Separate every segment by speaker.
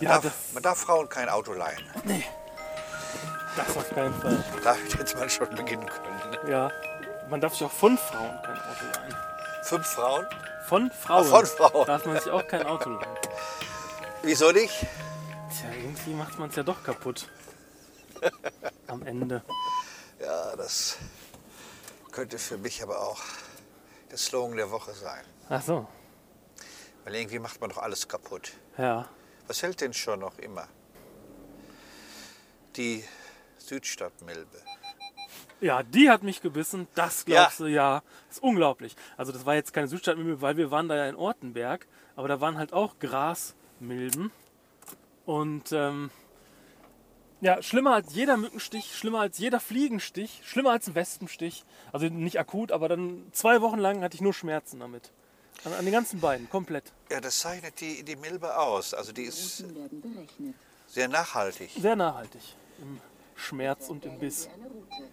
Speaker 1: Die
Speaker 2: darf,
Speaker 1: hatte.
Speaker 2: man darf Frauen kein Auto leihen.
Speaker 1: Nee. Das auf keinen Fall.
Speaker 2: Da hätte man schon beginnen können.
Speaker 1: Ja. Man darf sich auch von Frauen kein Auto leihen.
Speaker 2: Fünf Frauen?
Speaker 1: Von Frauen,
Speaker 2: von Frauen.
Speaker 1: darf man sich auch kein Auto leihen.
Speaker 2: Wieso nicht?
Speaker 1: Tja, irgendwie macht man es ja doch kaputt. Am Ende.
Speaker 2: Ja, das könnte für mich aber auch der Slogan der Woche sein.
Speaker 1: Ach so.
Speaker 2: Weil irgendwie macht man doch alles kaputt.
Speaker 1: Ja.
Speaker 2: Was hält denn schon noch immer? Die Südstadt Milbe.
Speaker 1: Ja, die hat mich gebissen, das glaubst
Speaker 2: Ja.
Speaker 1: du, ja. Ist unglaublich. Also das war jetzt keine Südstadtmilbe, weil wir waren da ja in Ortenberg, aber da waren halt auch Grasmilben. Und ähm, ja, schlimmer als jeder Mückenstich, schlimmer als jeder Fliegenstich, schlimmer als ein Wespenstich. Also nicht akut, aber dann zwei Wochen lang hatte ich nur Schmerzen damit. An, an den ganzen Beinen, komplett.
Speaker 2: Ja, das zeichnet die, die Milbe aus. Also die ist
Speaker 3: Routen werden berechnet.
Speaker 2: sehr nachhaltig.
Speaker 1: Sehr nachhaltig. Im Schmerz und im Biss.
Speaker 3: Sie eine Route.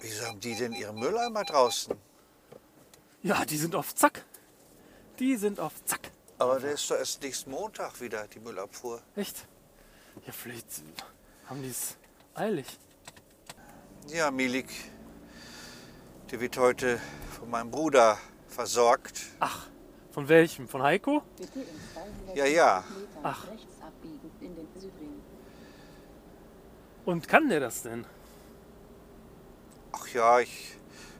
Speaker 2: Wieso haben die denn ihre Mülleimer draußen?
Speaker 1: Ja, die sind auf Zack. Die sind auf Zack.
Speaker 2: Aber der ist doch erst nächsten Montag wieder, die Müllabfuhr.
Speaker 1: Echt? Ja, vielleicht haben die es eilig.
Speaker 2: Ja, Milik, die wird heute von meinem Bruder versorgt.
Speaker 1: Ach, von welchem? Von Heiko?
Speaker 3: Bitte in 200
Speaker 2: Ja, ja.
Speaker 3: Metern
Speaker 1: Ach.
Speaker 3: rechts abbiegen in den Südring.
Speaker 1: Und kann der das denn?
Speaker 2: Ach ja, ich,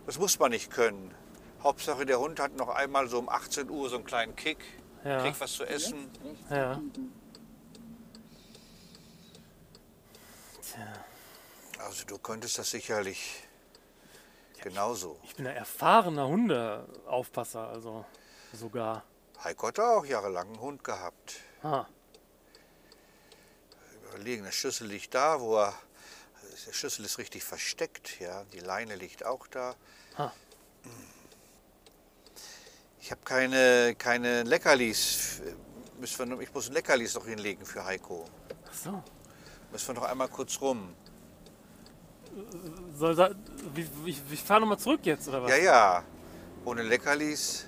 Speaker 2: das muss man nicht können. Hauptsache, der Hund hat noch einmal so um 18 Uhr so einen kleinen Kick,
Speaker 1: Ja.
Speaker 2: kriegt was zu essen.
Speaker 3: Jetzt rechts
Speaker 1: Ja.
Speaker 3: abbiegen.
Speaker 1: Tja,
Speaker 2: Also du könntest das sicherlich genauso.
Speaker 1: ich bin ein erfahrener Hundeaufpasser, also sogar. Ah,
Speaker 2: Heiko hat auch jahrelang einen Hund gehabt.
Speaker 1: Ha.
Speaker 2: Überlegen, der Schlüssel liegt da, wo er. Der Schlüssel ist richtig versteckt, ja. Die Leine liegt auch da.
Speaker 1: Ha.
Speaker 2: Ich habe keine, keine Leckerlis. Müssen wir, noch- ich muss ein Leckerlis noch hinlegen für Heiko.
Speaker 1: Ach so.
Speaker 2: Müssen wir noch einmal kurz rum.
Speaker 1: Soll, soll, wie, ich ich fahre nochmal zurück jetzt, oder was?
Speaker 2: Ja, ja. Ohne Leckerlis.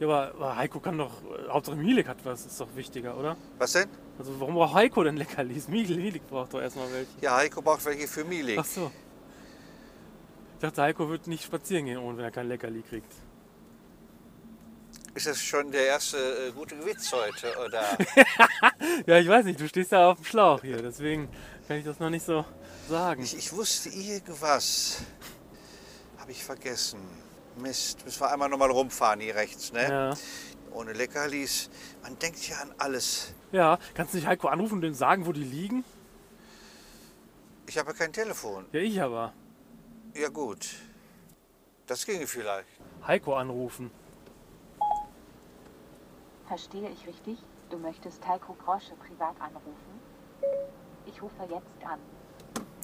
Speaker 1: Ja, aber, aber Heiko kann doch. äh, Hauptsache Milik hat was, ist doch wichtiger, oder?
Speaker 2: Was denn?
Speaker 1: Also warum braucht Heiko denn Leckerlis? Milik, Milik braucht doch erstmal welche.
Speaker 2: Ja, Heiko braucht welche für Milik.
Speaker 1: Ach so. Ich dachte, Heiko wird nicht spazieren gehen, ohne wenn er kein Leckerli kriegt.
Speaker 2: Ist das schon der erste äh, gute Witz heute, oder?
Speaker 1: Ja, ich weiß nicht, du stehst ja auf dem Schlauch hier, deswegen kann ich das noch nicht so sagen.
Speaker 2: Ich, ich wusste irgendwas. Habe ich vergessen. Mist, müssen wir einmal nochmal rumfahren hier rechts, ne?
Speaker 1: Ja.
Speaker 2: Ohne Leckerlis. Man denkt ja an alles.
Speaker 1: ja, kannst du nicht Heiko anrufen und dem sagen, wo die liegen?
Speaker 2: Ich habe ja kein Telefon.
Speaker 1: Ja, ich aber.
Speaker 2: Ja gut. Das ginge vielleicht.
Speaker 1: Heiko anrufen.
Speaker 3: Verstehe ich richtig? Du möchtest Heiko Grosche privat anrufen? Ich rufe jetzt an.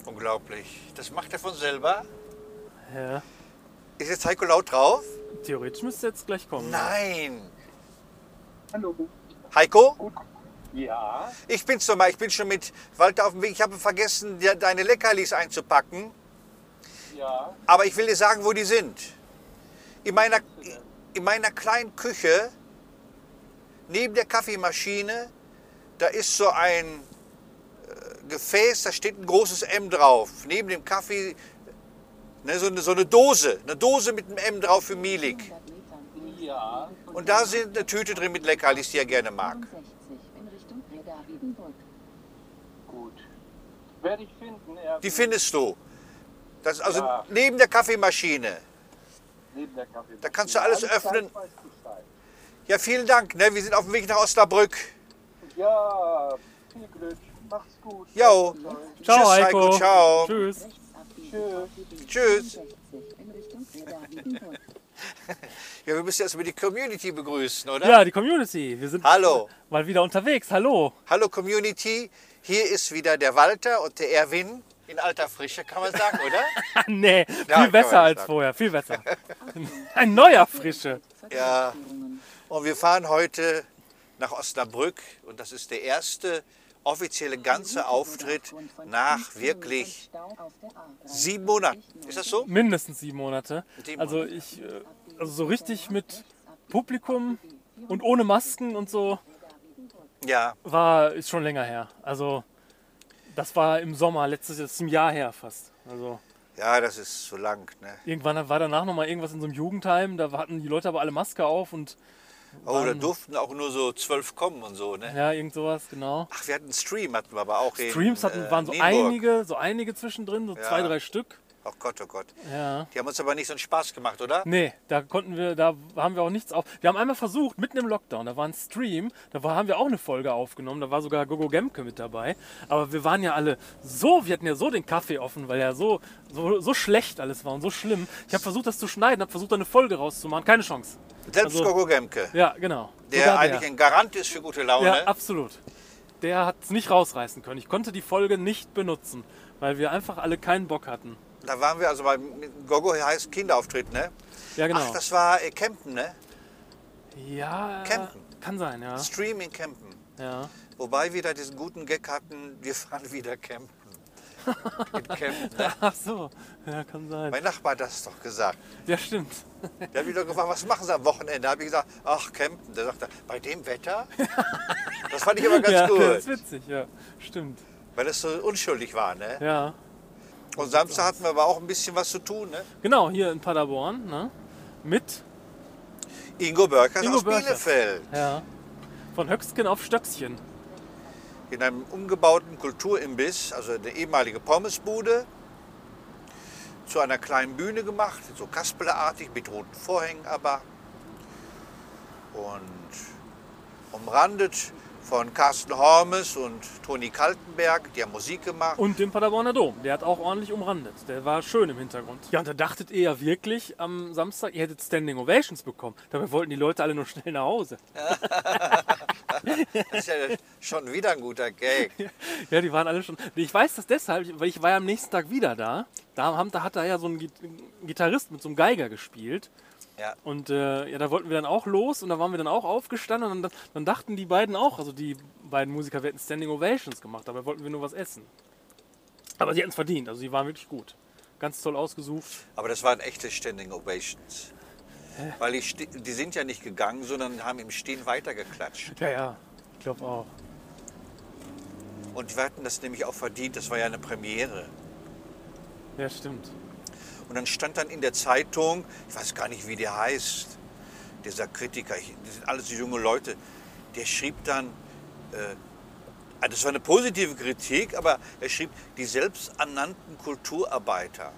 Speaker 2: Unglaublich. Das macht er von selber.
Speaker 1: Ja,
Speaker 2: Ist jetzt Heiko laut drauf?
Speaker 1: theoretisch müsste jetzt gleich kommen.
Speaker 2: Nein.
Speaker 4: Hallo.
Speaker 2: Heiko?
Speaker 4: Ja,
Speaker 2: Ich bin's nochmal. Ich bin schon mit Walter auf dem Weg. Ich habe vergessen, dir deine Leckerlis einzupacken.
Speaker 4: ja.
Speaker 2: Aber ich will dir sagen, wo die sind. In meiner, in meiner kleinen Küche, neben der Kaffeemaschine, da ist so ein äh, Gefäß, da steht ein großes M drauf. Neben dem Kaffee, ne, so, eine, so eine Dose, eine Dose mit einem M drauf für Milik.
Speaker 3: 100 Metern
Speaker 4: Ja.
Speaker 2: Und da sind eine Tüte drin mit Leckerlis, die er gerne mag.
Speaker 3: 65 in Richtung Breda-Wiedenburg.
Speaker 4: Gut. Werde ich finden. Er
Speaker 2: Die findest du. Das ist also
Speaker 4: Ja.
Speaker 2: neben der Kaffeemaschine.
Speaker 4: neben der Kaffee.
Speaker 2: Da kannst du alles öffnen.
Speaker 4: Weiß Bescheid.
Speaker 2: Ja, vielen Dank. Ne? Wir sind auf dem Weg nach Osnabrück.
Speaker 4: Ja, viel Glück. Macht's gut.
Speaker 2: Jo.
Speaker 1: Ciao, Heiko.
Speaker 2: Tschüss, Heiko. Ciao.
Speaker 1: Tschüss.
Speaker 3: Rechts abbiegen
Speaker 4: Tschüss.
Speaker 3: auf die B
Speaker 2: Tschüss.
Speaker 3: 65 in Richtung Breda-Wiedenburg.
Speaker 2: Ja, wir müssen erstmal die Community begrüßen, oder?
Speaker 1: Ja, die Community. Wir sind
Speaker 2: Hallo.
Speaker 1: mal wieder unterwegs. Hallo.
Speaker 2: Hallo Community, hier ist wieder der Walter und der Erwin. In alter Frische kann man sagen, oder?
Speaker 1: Ah, nee,
Speaker 2: kann
Speaker 1: viel
Speaker 2: man nicht
Speaker 1: besser als
Speaker 2: sagen.
Speaker 1: vorher. Viel besser. Ein neuer Frische.
Speaker 2: Ja.
Speaker 3: Verkehrsführungen.
Speaker 2: Und wir fahren heute nach Osnabrück und das ist der erste offizielle ganze Auftritt nach wirklich sieben Monaten. Ist das so?
Speaker 1: Mindestens sieben Monate.
Speaker 2: Sieben
Speaker 1: Also
Speaker 2: Monate.
Speaker 1: ich, äh, also so richtig mit Publikum und ohne Masken und so.
Speaker 2: Ja,
Speaker 1: war, ist schon länger her. Also, das war im Sommer, letztes Jahr, das ist ein Jahr her fast. Also,
Speaker 2: ja, das ist so lang. Ne?
Speaker 1: irgendwann war danach nochmal irgendwas in so einem Jugendheim, da hatten die Leute aber alle Maske auf und
Speaker 2: Oh, da durften auch nur so zwölf kommen und so. Ne?
Speaker 1: ja, irgend sowas, genau.
Speaker 2: Ach, wir hatten einen Stream, hatten wir aber auch. in,
Speaker 1: Streams hatten,
Speaker 2: äh,
Speaker 1: waren so
Speaker 2: Nienburg.
Speaker 1: einige, so einige zwischendrin, so zwei, drei Stück.
Speaker 2: Oh Gott, oh Gott.
Speaker 1: Ja.
Speaker 2: Die haben uns aber nicht so einen Spaß gemacht, oder?
Speaker 1: Nee, da konnten wir, da haben wir auch nichts auf. Wir haben einmal versucht, mitten im Lockdown, da war ein Stream, da war, haben wir auch eine Folge aufgenommen, da war sogar Gogo Gemke mit dabei. Aber wir waren ja alle so, wir hatten ja so den Kaffee offen, weil ja so, so, so schlecht alles war und so schlimm. Ich habe versucht, das zu schneiden, habe versucht, da eine Folge rauszumachen, keine Chance.
Speaker 2: Selbst
Speaker 1: also-
Speaker 2: Gogo Gemke,
Speaker 1: Ja, genau.
Speaker 2: der
Speaker 1: Sogar
Speaker 2: eigentlich ein Garant ist für gute Laune.
Speaker 1: Ja, absolut. Der hat es nicht rausreißen können. Ich konnte die Folge nicht benutzen, weil wir einfach alle keinen Bock hatten.
Speaker 2: Da waren wir also beim Gogo heißt Kinderauftritt, ne?
Speaker 1: Ja, genau.
Speaker 2: Ach, das war äh, Campen, ne?
Speaker 1: ja,
Speaker 2: Campen.
Speaker 1: kann sein, ja.
Speaker 2: Stream in Campen.
Speaker 1: ja.
Speaker 2: Wobei wir da diesen guten Gag hatten, wir fahren wieder campen. In Campen. Ne?
Speaker 1: Ach so, ja, kann sein.
Speaker 2: Mein Nachbar hat das doch gesagt.
Speaker 1: Ja, stimmt.
Speaker 2: Der hat mich doch gefragt, was machen Sie am Wochenende? Da habe ich gesagt, ach, campen. Da sagt er, bei dem Wetter? Das fand ich aber ganz
Speaker 1: ja, Das ist
Speaker 2: gut,
Speaker 1: witzig, ja. Stimmt.
Speaker 2: weil das so unschuldig war. Ne?
Speaker 1: Ja.
Speaker 2: Und Samstag hatten wir aber auch ein bisschen was zu tun. Ne?
Speaker 1: Genau, hier in Paderborn, ne? Mit,
Speaker 2: Ingo Börkers
Speaker 1: Ingo
Speaker 2: aus
Speaker 1: Börkers.
Speaker 2: Bielefeld.
Speaker 1: ja. Von Höcksken auf Stöckchen.
Speaker 2: in einem umgebauten Kulturimbiss, also eine ehemalige Pommesbude, zu einer kleinen Bühne gemacht, so Kaspelerartig mit roten Vorhängen aber. Und umrandet von Carsten Hormes und Toni Kaltenberg, die haben Musik gemacht.
Speaker 1: Und dem Paderborner Dom. Der hat auch ordentlich umrandet. Der war schön im Hintergrund. Ja, und da dachtet ihr ja wirklich am Samstag, ihr hättet Standing Ovations bekommen. Dabei wollten die Leute alle nur schnell nach Hause.
Speaker 2: Das ist ja schon wieder ein guter Gag.
Speaker 1: Ja, die waren alle schon. Nee, Ich weiß das deshalb, weil ich war ja am nächsten Tag wieder da. Da, haben, da hat da ja so ein Git- Gitarrist mit so einem Geiger gespielt.
Speaker 2: Ja.
Speaker 1: Und äh, ja, da wollten wir dann auch los und da waren wir dann auch aufgestanden und dann, dann dachten die beiden auch, also die beiden Musiker, wir hätten Standing Ovations gemacht, dabei wollten wir nur was essen. Aber sie hätten es verdient, also sie waren wirklich gut. Ganz toll ausgesucht.
Speaker 2: Aber das waren echte Standing Ovations. Weil ich, ste- die sind ja nicht gegangen, sondern haben im Stehen weitergeklatscht.
Speaker 1: Ja, ja, ich glaube auch.
Speaker 2: Und wir hatten das nämlich auch verdient, das war ja eine Premiere.
Speaker 1: Ja, stimmt.
Speaker 2: Und dann stand dann in der Zeitung, ich weiß gar nicht, wie der heißt, dieser Kritiker, ich- das sind alles junge Leute, der schrieb dann, äh, ah, das war eine positive Kritik, aber er schrieb, die selbsternannten Kulturarbeiter.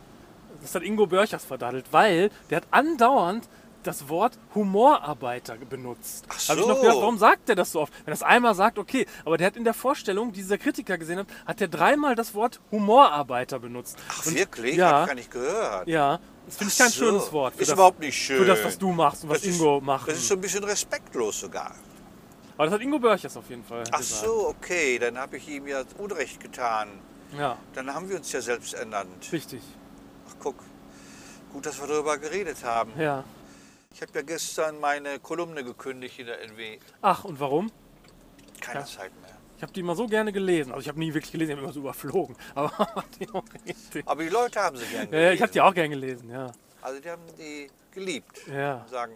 Speaker 1: Das hat Ingo Börchers verdattelt, weil der hat andauernd das Wort Humorarbeiter benutzt.
Speaker 2: Ach
Speaker 1: Hab ich
Speaker 2: so.
Speaker 1: noch gedacht, warum sagt der das so oft? Wenn das einmal sagt, okay, aber der hat in der Vorstellung, die dieser Kritiker gesehen hat, hat der dreimal das Wort Humorarbeiter benutzt.
Speaker 2: Ach, wirklich?
Speaker 1: ja.
Speaker 2: Hab ich gar nicht gehört.
Speaker 1: Ja, das finde ich
Speaker 2: Ach
Speaker 1: kein
Speaker 2: so.
Speaker 1: schönes Wort.
Speaker 2: Ist überhaupt nicht schön.
Speaker 1: Für das, was du machst und was
Speaker 2: Das ist-
Speaker 1: Ingo macht.
Speaker 2: Das ist so ein bisschen respektlos sogar.
Speaker 1: Aber das hat Ingo Börchers auf jeden Fall
Speaker 2: Ach
Speaker 1: gesagt.
Speaker 2: so, okay, dann habe ich ihm ja Unrecht getan.
Speaker 1: Ja,
Speaker 2: Dann haben wir uns ja selbst ernannt.
Speaker 1: richtig.
Speaker 2: Ach, guck, gut, dass wir darüber geredet haben.
Speaker 1: Ja.
Speaker 2: Ich habe ja gestern meine Kolumne gekündigt in der NW.
Speaker 1: Ach, und warum?
Speaker 2: Keine
Speaker 1: Ja.
Speaker 2: Zeit mehr.
Speaker 1: Ich habe die immer so gerne gelesen. Also ich habe nie wirklich gelesen, ich habe immer so überflogen. Aber die auch richtig.
Speaker 2: Aber die Leute haben sie gern gelesen.
Speaker 1: Ja, ja, ich habe die auch gern gelesen, ja.
Speaker 2: Also die haben die geliebt.
Speaker 1: Ja.
Speaker 2: Sagen.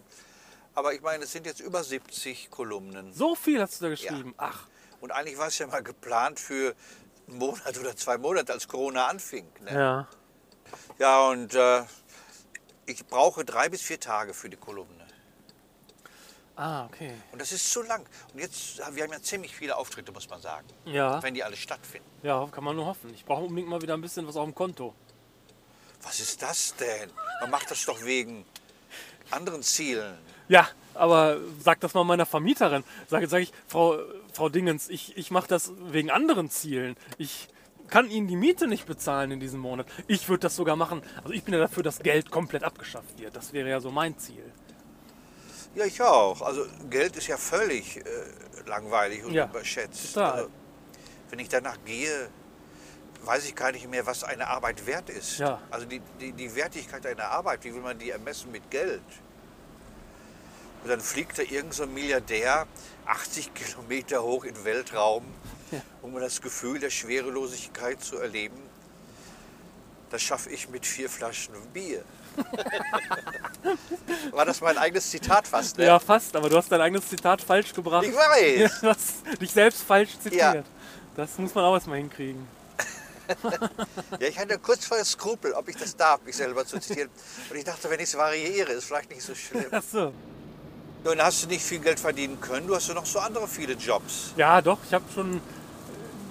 Speaker 2: Aber ich meine, es sind jetzt über 70 Kolumnen.
Speaker 1: So viel hast du da geschrieben. Ach,
Speaker 2: Und eigentlich war es ja mal geplant für einen Monat oder zwei Monate, als Corona anfing. Ne?
Speaker 1: ja.
Speaker 2: Ja. und äh, ich brauche drei bis vier Tage für die Kolumne.
Speaker 1: Ah, okay.
Speaker 2: Und das ist zu lang. Und jetzt, wir haben ja ziemlich viele Auftritte, muss man sagen.
Speaker 1: Ja,
Speaker 2: Wenn die alle stattfinden.
Speaker 1: ja, kann man nur hoffen. Ich brauche unbedingt mal wieder ein bisschen was auf dem Konto.
Speaker 2: Was ist das denn? Man macht das doch wegen anderen Zielen.
Speaker 1: Ja, aber sag das mal meiner Vermieterin. Sag, sag ich, Frau, Frau Dingens, ich, ich mache das wegen anderen Zielen. Ich kann Ihnen die Miete nicht bezahlen in diesem Monat. Ich würde das sogar machen. Also ich bin ja dafür, dass Geld komplett abgeschafft wird. Das wäre ja so mein Ziel.
Speaker 2: Ja, ich auch. Also Geld ist ja völlig äh, langweilig und
Speaker 1: Ja,
Speaker 2: überschätzt.
Speaker 1: total.
Speaker 2: Also, wenn ich danach gehe, weiß ich gar nicht mehr, was eine Arbeit wert ist.
Speaker 1: Ja.
Speaker 2: Also die, die, die Wertigkeit einer Arbeit, wie will man die ermessen mit Geld? Und dann fliegt da irgend so ein Milliardär 80 Kilometer hoch in den Weltraum, um das Gefühl der Schwerelosigkeit zu erleben. Das schaffe ich mit vier Flaschen Bier. War das mein eigenes Zitat fast? Ne?
Speaker 1: Ja, fast, aber du hast dein eigenes Zitat falsch gebracht.
Speaker 2: Ich weiß.
Speaker 1: Du hast dich selbst falsch zitiert. Das muss man auch erstmal hinkriegen.
Speaker 2: Ja, ich hatte kurz vor Skrupel, ob ich das darf, mich selber zu zitieren. Und ich dachte, wenn ich es variiere, ist vielleicht nicht so schlimm.
Speaker 1: Achso.
Speaker 2: Nun hast du nicht viel Geld verdienen können, du hast ja noch so andere viele Jobs.
Speaker 1: Ja, doch, ich habe schon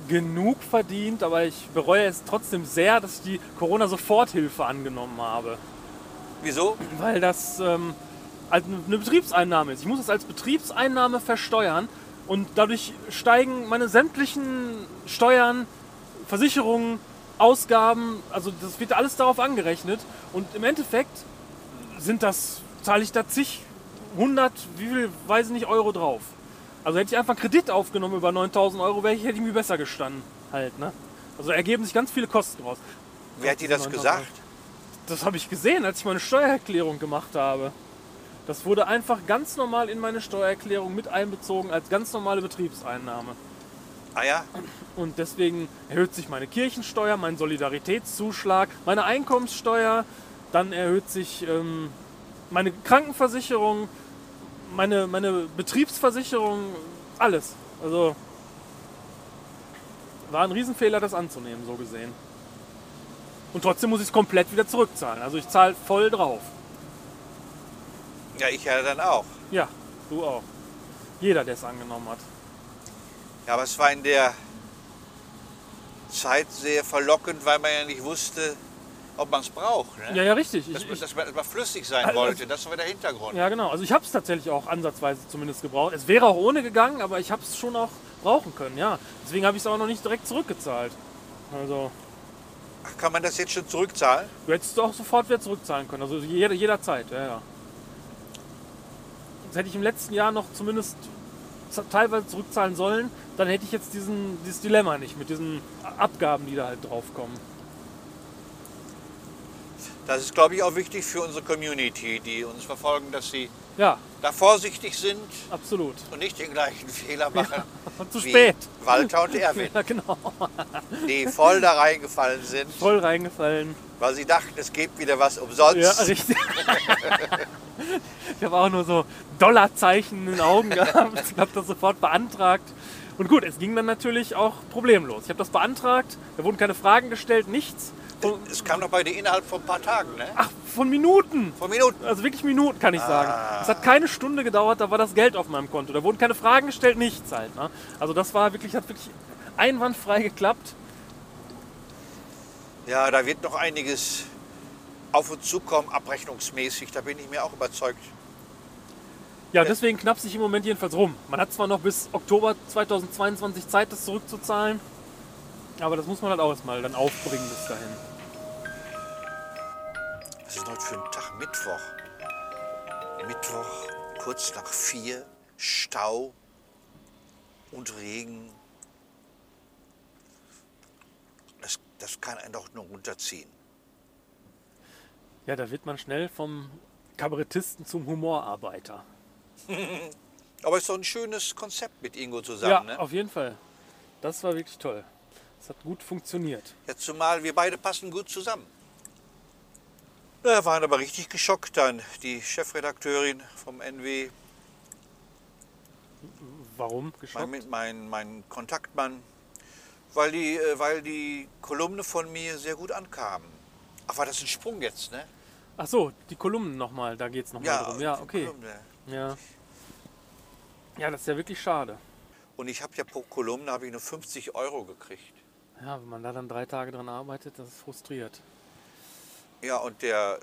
Speaker 1: genug verdient, aber ich bereue es trotzdem sehr, dass ich die Corona-Soforthilfe angenommen habe.
Speaker 2: Wieso?
Speaker 1: Weil das ähm, als eine Betriebseinnahme ist. Ich muss es als Betriebseinnahme versteuern und dadurch steigen meine sämtlichen Steuern, Versicherungen, Ausgaben, also das wird alles darauf angerechnet und im Endeffekt sind das, zahle ich da zig, hundert, wie viel, weiß ich nicht, Euro drauf. Also hätte ich einfach einen Kredit aufgenommen über 9000 Euro, wäre ich, hätte ich mir besser gestanden halt, ne? Also ergeben sich ganz viele Kosten draus.
Speaker 2: Wer hat dir das
Speaker 1: 900
Speaker 2: gesagt?
Speaker 1: Das habe ich gesehen, als ich meine Steuererklärung gemacht habe. Das wurde einfach ganz normal in meine Steuererklärung mit einbezogen als ganz normale Betriebseinnahme.
Speaker 2: Ah ja,
Speaker 1: Und deswegen erhöht sich meine Kirchensteuer, mein Solidaritätszuschlag, meine Einkommenssteuer, dann erhöht sich ähm, meine Krankenversicherung, meine, meine Betriebsversicherung, alles. Also war ein Riesenfehler, das anzunehmen, so gesehen. Und trotzdem muss ich es komplett wieder zurückzahlen. Also ich zahle voll drauf.
Speaker 2: ja, ich ja dann auch.
Speaker 1: Ja, du auch. Jeder, der es angenommen hat.
Speaker 2: Ja, aber es war in der Zeit sehr verlockend, weil man ja nicht wusste, ob man es braucht. Ne?
Speaker 1: Ja, ja, richtig.
Speaker 2: Dass,
Speaker 1: Ich,
Speaker 2: man,
Speaker 1: ich,
Speaker 2: dass man erstmal flüssig sein
Speaker 1: Also-
Speaker 2: wollte, das war der Hintergrund.
Speaker 1: Ja, genau. Also ich habe es tatsächlich auch ansatzweise zumindest gebraucht. Es wäre auch ohne gegangen, aber ich habe es schon auch brauchen können, ja. Deswegen habe ich es auch noch nicht direkt zurückgezahlt. Also,
Speaker 2: Ach, kann man das jetzt schon zurückzahlen?
Speaker 1: du hättest es auch sofort wieder zurückzahlen können. Also jeder, jederzeit, ja, ja. Das hätte ich im letzten Jahr noch zumindest z- teilweise zurückzahlen sollen, dann hätte ich jetzt diesen, dieses Dilemma nicht mit diesen Abgaben, die da halt draufkommen.
Speaker 2: Das ist, glaube ich, auch wichtig für unsere Community, die uns verfolgen, dass sie
Speaker 1: Ja,
Speaker 2: da vorsichtig sind
Speaker 1: absolut.
Speaker 2: und nicht den gleichen Fehler machen
Speaker 1: Und zu
Speaker 2: wie
Speaker 1: spät.
Speaker 2: Walter und Erwin,
Speaker 1: Ja, genau.
Speaker 2: die voll da reingefallen sind,
Speaker 1: Voll reingefallen.
Speaker 2: weil sie dachten, es gibt wieder was umsonst.
Speaker 1: Ja, also richtig. ich habe auch nur so Dollarzeichen in den Augen gehabt. Ich habe das sofort beantragt. Und gut, es ging dann natürlich auch problemlos. Ich habe das beantragt, da wurden keine Fragen gestellt, nichts. Von,
Speaker 2: es kam doch bei dir innerhalb von ein paar Tagen, ne?
Speaker 1: ach, von Minuten.
Speaker 2: Von Minuten.
Speaker 1: Also wirklich Minuten, kann ich sagen. Es hat keine Stunde gedauert, da war das Geld auf meinem Konto. Da wurden keine Fragen gestellt, nichts halt. Ne? Also das war wirklich, hat wirklich einwandfrei geklappt.
Speaker 2: Ja, da wird noch einiges auf uns zukommen, abrechnungsmäßig, da bin ich mir auch überzeugt.
Speaker 1: Ja, und deswegen knapp sich im Moment jedenfalls rum. Man hat zwar noch bis Oktober 2022 Zeit, das zurückzuzahlen, aber das muss man halt auch erstmal dann aufbringen bis dahin.
Speaker 2: Was ist denn heute für ein Tag? Mittwoch. Mittwoch, kurz nach vier, Stau und Regen. Das, das kann einen doch nur runterziehen.
Speaker 1: Ja, da wird man schnell vom Kabarettisten zum Humorarbeiter.
Speaker 2: Aber es ist doch ein schönes Konzept mit Ingo
Speaker 1: ja,
Speaker 2: zusammen. ne?
Speaker 1: auf jeden Fall. Das war wirklich toll. Das hat gut funktioniert.
Speaker 2: Jetzt zumal wir beide passen gut zusammen. Da waren aber richtig geschockt dann die Chefredakteurin vom NW,
Speaker 1: Warum?
Speaker 2: mein,
Speaker 1: Geschockt?
Speaker 2: mit- mein, mein Kontaktmann, weil die, äh, weil die Kolumne von mir sehr gut ankam. Ach, war das ein Sprung jetzt, ne?
Speaker 1: Ach so, die Kolumnen nochmal, da geht's nochmal drum. Ja,
Speaker 2: die
Speaker 1: okay.
Speaker 2: Kolumne.
Speaker 1: Ja. ja, das ist ja wirklich schade.
Speaker 2: Und ich habe ja pro Kolumne habe ich nur 50 Euro gekriegt.
Speaker 1: Ja, wenn man da dann drei Tage dran arbeitet, das ist frustriert.
Speaker 2: Ja, und der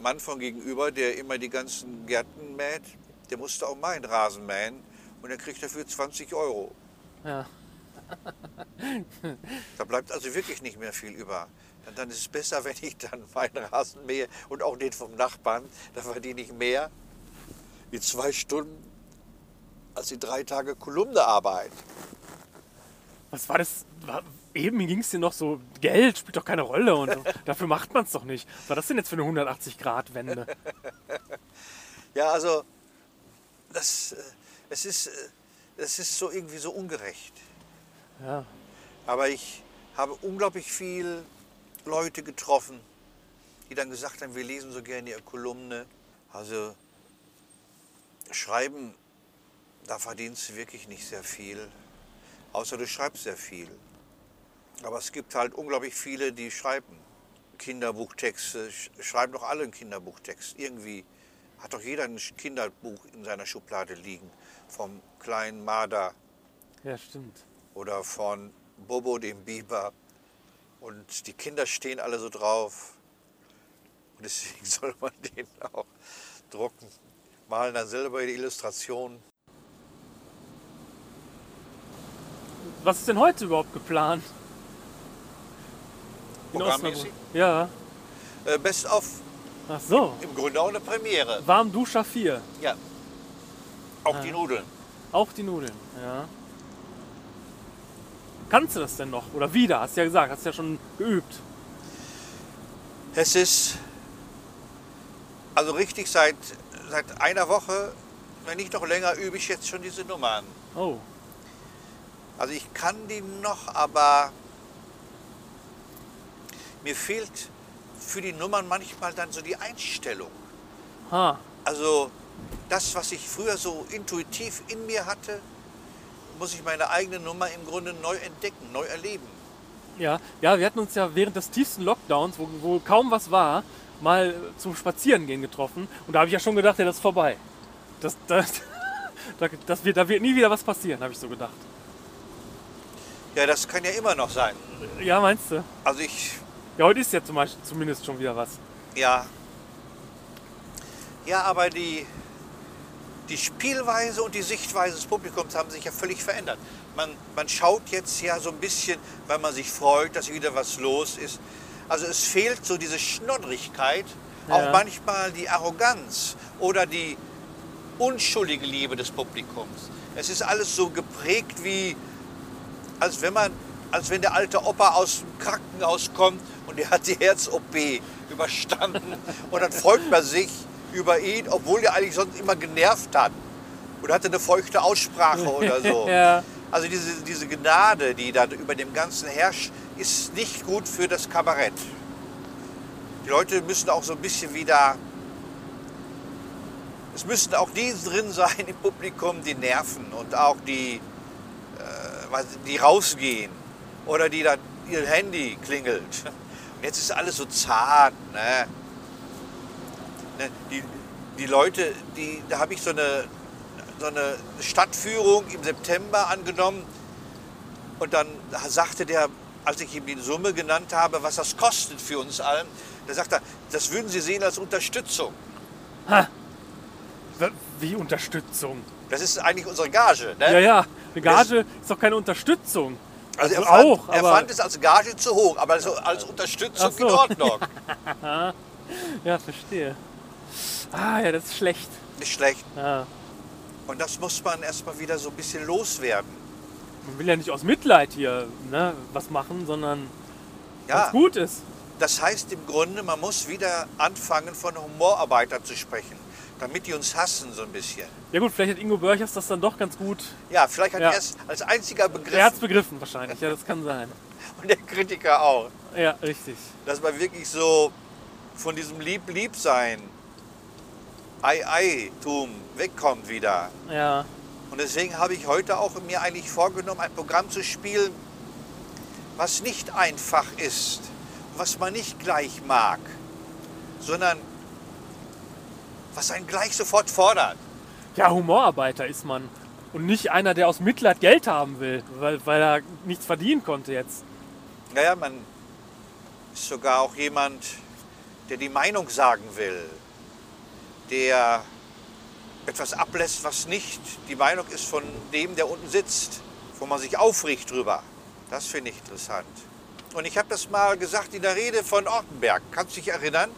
Speaker 2: Mann von gegenüber, der immer die ganzen Gärten mäht, der musste auch meinen Rasen mähen und er kriegt dafür 20 Euro.
Speaker 1: Ja.
Speaker 2: Da bleibt also wirklich nicht mehr viel über. Und dann ist es besser, wenn ich dann meinen Rasen mähe und auch den vom Nachbarn, da verdiene ich mehr in zwei Stunden als die drei Tage Kolumnearbeit.
Speaker 1: Was war das? War, eben ging es dir noch so, Geld spielt doch keine Rolle und dafür macht man es doch nicht. Was war das denn jetzt für eine 180-Grad-Wende?
Speaker 2: Ja, also das, äh, es ist, äh, es ist so irgendwie so ungerecht.
Speaker 1: Ja.
Speaker 2: Aber ich habe unglaublich viel Leute getroffen, die dann gesagt haben, wir lesen so gerne ihre Kolumne. Also schreiben, da verdienst du wirklich nicht sehr viel, außer du schreibst sehr viel. Aber es gibt halt unglaublich viele, die schreiben. Kinderbuchtexte, sch- schreiben doch alle einen Kinderbuchtext. Irgendwie hat doch jeder ein Sch- Kinderbuch in seiner Schublade liegen. Vom kleinen Marder
Speaker 1: Ja, stimmt.
Speaker 2: oder von Bobo dem Biber. Und die Kinder stehen alle so drauf. Und deswegen soll man den auch drucken. Malen dann selber die Illustrationen.
Speaker 1: Was ist denn heute überhaupt geplant?
Speaker 2: Programmmäßig?
Speaker 1: Osnabrück. Ja.
Speaker 2: Äh, Best of
Speaker 1: Ach so.
Speaker 2: im Grunde auch eine Premiere.
Speaker 1: Warm Duscher 4.
Speaker 2: Ja. Auch die Nudeln.
Speaker 1: Auch die Nudeln. Ja. Kannst du das denn noch? Oder wieder? Hast du ja gesagt, hast du ja schon geübt.
Speaker 2: Es ist also richtig seit, seit einer Woche, wenn nicht noch länger, übe ich jetzt schon diese Nummern.
Speaker 1: Oh.
Speaker 2: Also ich kann die noch, aber mir fehlt für die Nummern manchmal dann so die Einstellung.
Speaker 1: Ha.
Speaker 2: Also das, was ich früher so intuitiv in mir hatte, muss ich meine eigene Nummer im Grunde neu entdecken, neu erleben.
Speaker 1: Ja, ja, wir hatten uns ja während des tiefsten Lockdowns, wo, wo kaum was war, mal zum Spazierengehen getroffen. Und da habe ich ja schon gedacht, ja, das ist vorbei. Das, das, das, das wird, da wird nie wieder was passieren, habe ich so gedacht.
Speaker 2: Ja, das kann ja immer noch sein.
Speaker 1: Ja, meinst du?
Speaker 2: Also ich
Speaker 1: Ja, heute ist ja zum Beispiel zumindest schon wieder was.
Speaker 2: Ja. Ja, aber die, die Spielweise und die Sichtweise des Publikums haben sich ja völlig verändert. Man, man schaut jetzt ja so ein bisschen, weil man sich freut, dass wieder was los ist. Also es fehlt so diese Schnoddrigkeit,
Speaker 1: Ja.
Speaker 2: auch manchmal die Arroganz oder die unschuldige Liebe des Publikums. Es ist alles so geprägt wie, als wenn man, als wenn der alte Opa aus dem Krankenhaus kommt und der hat die Herz-OP überstanden und dann freut man sich über ihn, obwohl er eigentlich sonst immer genervt hat oder hatte eine feuchte Aussprache oder so.
Speaker 1: Ja.
Speaker 2: Also diese, diese Gnade, die da über dem Ganzen herrscht, ist nicht gut für das Kabarett. Die Leute müssen auch so ein bisschen wieder, es müssen auch die drin sein im Publikum, die nerven und auch die, weil die rausgehen oder die da ihr Handy klingelt. Und jetzt ist alles so zart. Ne? Ne, Die, die Leute, die, da habe ich so eine, so eine Stadtführung im September angenommen und dann sagte der, als ich ihm die Summe genannt habe, was das kostet für uns allen, da sagt er, das würden Sie sehen als Unterstützung.
Speaker 1: W- Wie Unterstützung?
Speaker 2: Das ist eigentlich unsere Gage. Ne?
Speaker 1: Ja, ja, eine Gage ist doch keine Unterstützung.
Speaker 2: Also er
Speaker 1: Also auch,
Speaker 2: fand, er
Speaker 1: aber-
Speaker 2: fand es als Gage zu hoch, aber so als Unterstützung
Speaker 1: Ach so.
Speaker 2: in Ordnung.
Speaker 1: Ja, verstehe. Ah, ja, das ist schlecht.
Speaker 2: Nicht schlecht.
Speaker 1: Ja.
Speaker 2: Und das muss man erstmal wieder so ein bisschen loswerden.
Speaker 1: Man will ja nicht aus Mitleid hier ne, was machen, sondern was
Speaker 2: Ja,
Speaker 1: gut ist.
Speaker 2: das heißt im Grunde, man muss wieder anfangen, von Humorarbeitern zu sprechen, damit die uns hassen so ein bisschen.
Speaker 1: Ja gut, vielleicht hat Ingo Börchers das dann doch ganz gut.
Speaker 2: Ja, vielleicht hat
Speaker 1: Ja.
Speaker 2: er es als einziger
Speaker 1: Er hat es
Speaker 2: begriffen
Speaker 1: begriffen wahrscheinlich, ja, das kann sein.
Speaker 2: und der Kritiker auch,
Speaker 1: Ja, richtig.
Speaker 2: dass man wirklich so von diesem Lieb-Lieb-Sein, Ei-Ei-Tum wegkommt wieder.
Speaker 1: Ja,
Speaker 2: Und deswegen habe ich heute auch mir eigentlich vorgenommen, ein Programm zu spielen, was nicht einfach ist, was man nicht gleich mag, sondern was einen gleich sofort fordert.
Speaker 1: ja Humorarbeiter ist man. Und nicht einer, der aus Mitleid Geld haben will, weil, weil er nichts verdienen konnte jetzt.
Speaker 2: Naja, man ist sogar auch jemand, der die Meinung sagen will, der etwas ablässt, was nicht die Meinung ist von dem, der unten sitzt, wo man sich aufregt drüber. Das finde ich interessant. Und ich habe das mal gesagt in der Rede von Ortenberg. Kannst du dich erinnern?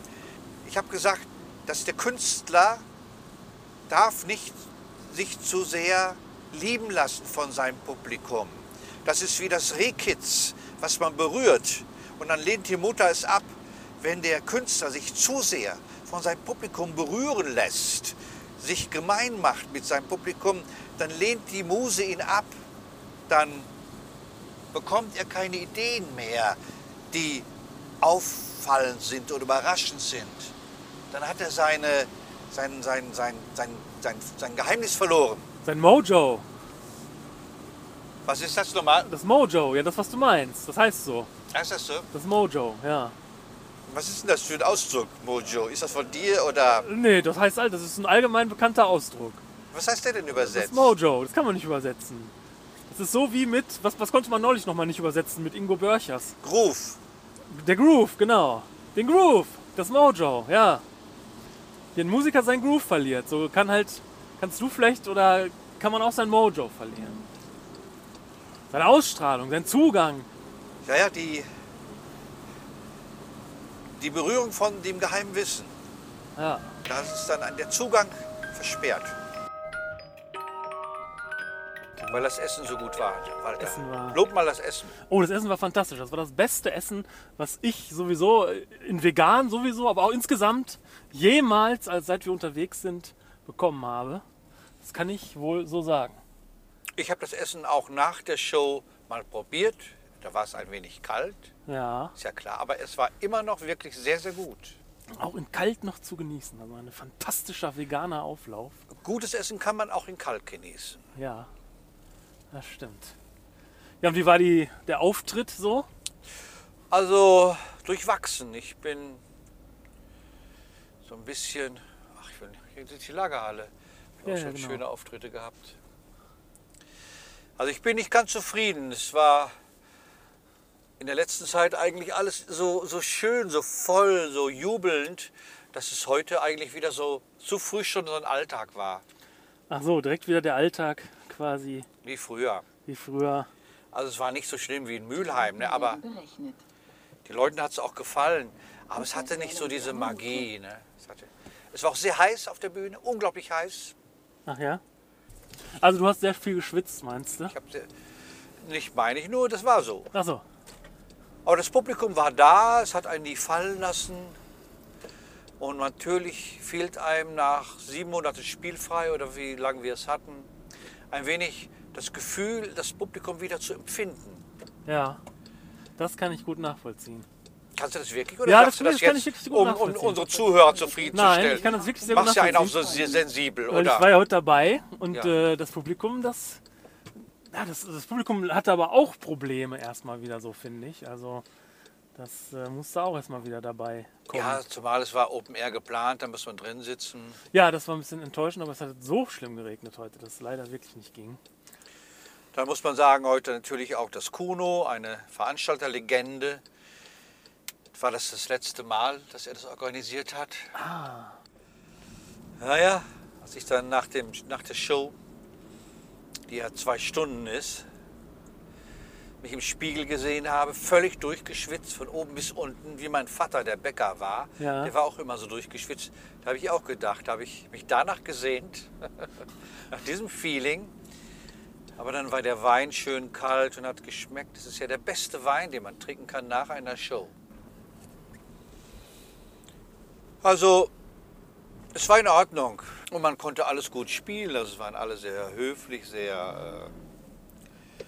Speaker 2: Ich habe gesagt, dass der Künstler darf nicht sich zu sehr lieben lassen von seinem Publikum. Das ist wie das Rehkitz, was man berührt. Und dann lehnt die Mutter es ab, wenn der Künstler sich zu sehr von seinem Publikum berühren lässt, sich gemein macht mit seinem Publikum, dann lehnt die Muse ihn ab. Dann bekommt er keine Ideen mehr, die auffallend sind oder überraschend sind dann hat er seine, sein, sein, sein, sein, sein, sein Geheimnis verloren.
Speaker 1: Sein Mojo.
Speaker 2: Was ist das nochmal?
Speaker 1: Das Mojo, ja, das, was du meinst. Das heißt so.
Speaker 2: Heißt das so?
Speaker 1: Das Mojo, ja.
Speaker 2: Was ist denn das für ein Ausdruck, Mojo? Ist das von dir oder
Speaker 1: Nee, das heißt all, das ist ein allgemein bekannter Ausdruck.
Speaker 2: was heißt der denn
Speaker 1: Das
Speaker 2: übersetzt?
Speaker 1: Mojo, das kann man nicht übersetzen. Das ist so wie mit, was, was konnte man neulich nochmal nicht übersetzen mit Ingo Börchers?
Speaker 2: Groove.
Speaker 1: Der Groove, genau. Den Groove, das Mojo, ja. Wie ein Musiker seinen Groove verliert, so kann halt, kannst du vielleicht oder kann man auch sein Mojo verlieren. Seine Ausstrahlung, sein Zugang.
Speaker 2: Ja, ja, die, die Berührung von dem geheimen Wissen.
Speaker 1: Ja.
Speaker 2: Da ist dann an- der Zugang versperrt. Weil das Essen so gut war. Walter.
Speaker 1: Essen war-
Speaker 2: Lob mal das Essen.
Speaker 1: Oh, das Essen war fantastisch. Das war das beste Essen, was ich sowieso äh, in vegan sowieso, aber auch insgesamt jemals, als seit wir unterwegs sind, bekommen habe. Das kann ich wohl so sagen.
Speaker 2: Ich habe das Essen auch nach der Show mal probiert. Da war es ein wenig kalt,
Speaker 1: Ja,
Speaker 2: ist ja klar, aber es war immer noch wirklich sehr, sehr gut.
Speaker 1: auch in kalt noch zu genießen. Also ein fantastischer veganer Auflauf.
Speaker 2: Gutes Essen kann man auch in kalt genießen.
Speaker 1: Ja, das stimmt. Ja, und wie war die, der Auftritt so?
Speaker 2: Also durchwachsen. Ich bin so ein bisschen. Ach, ich will nicht. Hier ist die Lagerhalle. Ich habe
Speaker 1: Ja,
Speaker 2: auch
Speaker 1: ja,
Speaker 2: schon
Speaker 1: genau.
Speaker 2: schöne Auftritte gehabt. Also ich bin nicht ganz zufrieden. Es war in der letzten Zeit eigentlich alles so, so schön, so voll, so jubelnd, dass es heute eigentlich wieder so zu früh schon so ein Alltag war,
Speaker 1: Ach so, direkt wieder der Alltag quasi
Speaker 2: wie früher.
Speaker 1: wie früher.
Speaker 2: Also es war nicht so schlimm wie in Mülheim, ne? aber
Speaker 3: Berechnet.
Speaker 2: Den Leuten hat es auch gefallen, aber es hatte nicht so diese Magie. Ne? Es, hatte, es war auch sehr heiß auf der Bühne, unglaublich heiß.
Speaker 1: Ach ja. Also du hast sehr viel geschwitzt, meinst du?
Speaker 2: Ich hab, sehr- nicht meine ich nur, das war so.
Speaker 1: Ach so.
Speaker 2: Aber das Publikum war da, es hat einen nie fallen lassen. Und natürlich fehlt einem nach sieben Monaten spielfrei oder wie lange wir es hatten, ein wenig das Gefühl, das Publikum wieder zu empfinden.
Speaker 1: Ja, das kann ich gut nachvollziehen.
Speaker 2: Kannst du das wirklich oder
Speaker 1: Ja,
Speaker 2: sagst
Speaker 1: das-
Speaker 2: du das
Speaker 1: das kann
Speaker 2: jetzt,
Speaker 1: ich wirklich gut
Speaker 2: um, um
Speaker 1: nachvollziehen.
Speaker 2: unsere Zuhörer zufriedenzustellen?
Speaker 1: Nein, ich kann das wirklich sehr gut
Speaker 2: Machst ja einen auf so
Speaker 1: nachvollziehen.
Speaker 2: sehr sensibel,
Speaker 1: Weil
Speaker 2: oder?
Speaker 1: Also ich war ja heute dabei und
Speaker 2: Ja.
Speaker 1: äh, das Publikum, das, ja, das, das Publikum hatte aber auch Probleme erstmal wieder so, finde ich. Also das äh, musste auch erstmal wieder dabei kommen. Ja.
Speaker 2: Ja, zumal es war Open Air geplant, da muss man drin sitzen.
Speaker 1: das war ein bisschen enttäuschend, aber es hat so schlimm geregnet heute, dass es leider wirklich nicht ging.
Speaker 2: Dann muss man sagen, heute natürlich auch das Kuno, eine Veranstalterlegende. War das das letzte Mal, dass er das organisiert hat? Ah. Naja, als ich dann nach, dem, nach der Show, die ja zwei Stunden ist, mich im Spiegel gesehen habe, völlig durchgeschwitzt, von oben bis unten, wie mein Vater, der Bäcker war.
Speaker 1: Ja.
Speaker 2: Der war auch immer so durchgeschwitzt. Da habe ich auch gedacht, da habe ich mich danach gesehnt, nach diesem Feeling. Aber dann war der Wein schön kalt und hat geschmeckt. Das ist ja der beste Wein, den man trinken kann nach einer Show. Also, es war in Ordnung. Und man konnte alles gut spielen. Also, es waren alle sehr höflich, sehr. Äh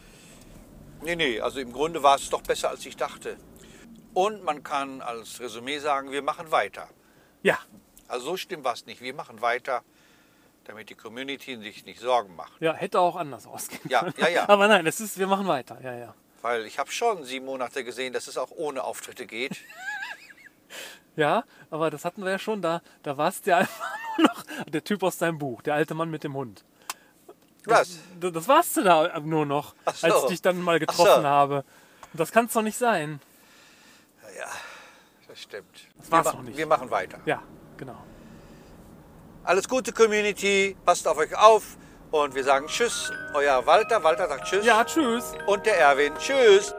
Speaker 2: nee, nee, also im Grunde war es doch besser, als ich dachte. Und man kann als Resümee sagen, wir machen weiter.
Speaker 1: Ja,
Speaker 2: Also, so schlimm war es nicht. Wir machen weiter, damit die Community sich nicht Sorgen macht.
Speaker 1: ja, hätte auch anders ausgehen
Speaker 2: Ja,
Speaker 1: können.
Speaker 2: ja, ja.
Speaker 1: Aber nein, das ist, wir machen weiter. Ja, ja.
Speaker 2: Weil ich habe schon sieben Monate gesehen, dass es auch ohne Auftritte geht.
Speaker 1: Ja, aber das hatten wir ja schon da. Da war es der einfach nur noch der Typ aus seinem Buch, der alte Mann mit dem Hund.
Speaker 2: Was?
Speaker 1: D- Das warst du da nur noch,
Speaker 2: Ach so.
Speaker 1: als ich dich dann mal
Speaker 2: Ach so.
Speaker 1: getroffen habe. Und das kann es doch nicht sein.
Speaker 2: Das stimmt. Das
Speaker 1: war's
Speaker 2: wir,
Speaker 1: noch
Speaker 2: ma-
Speaker 1: nicht.
Speaker 2: wir machen weiter.
Speaker 1: Ja, genau.
Speaker 2: Alles Gute, Community. Passt auf euch auf. Und wir sagen Tschüss. Euer Walter. Walter sagt Tschüss.
Speaker 1: Ja, tschüss.
Speaker 2: Und der Erwin. Tschüss.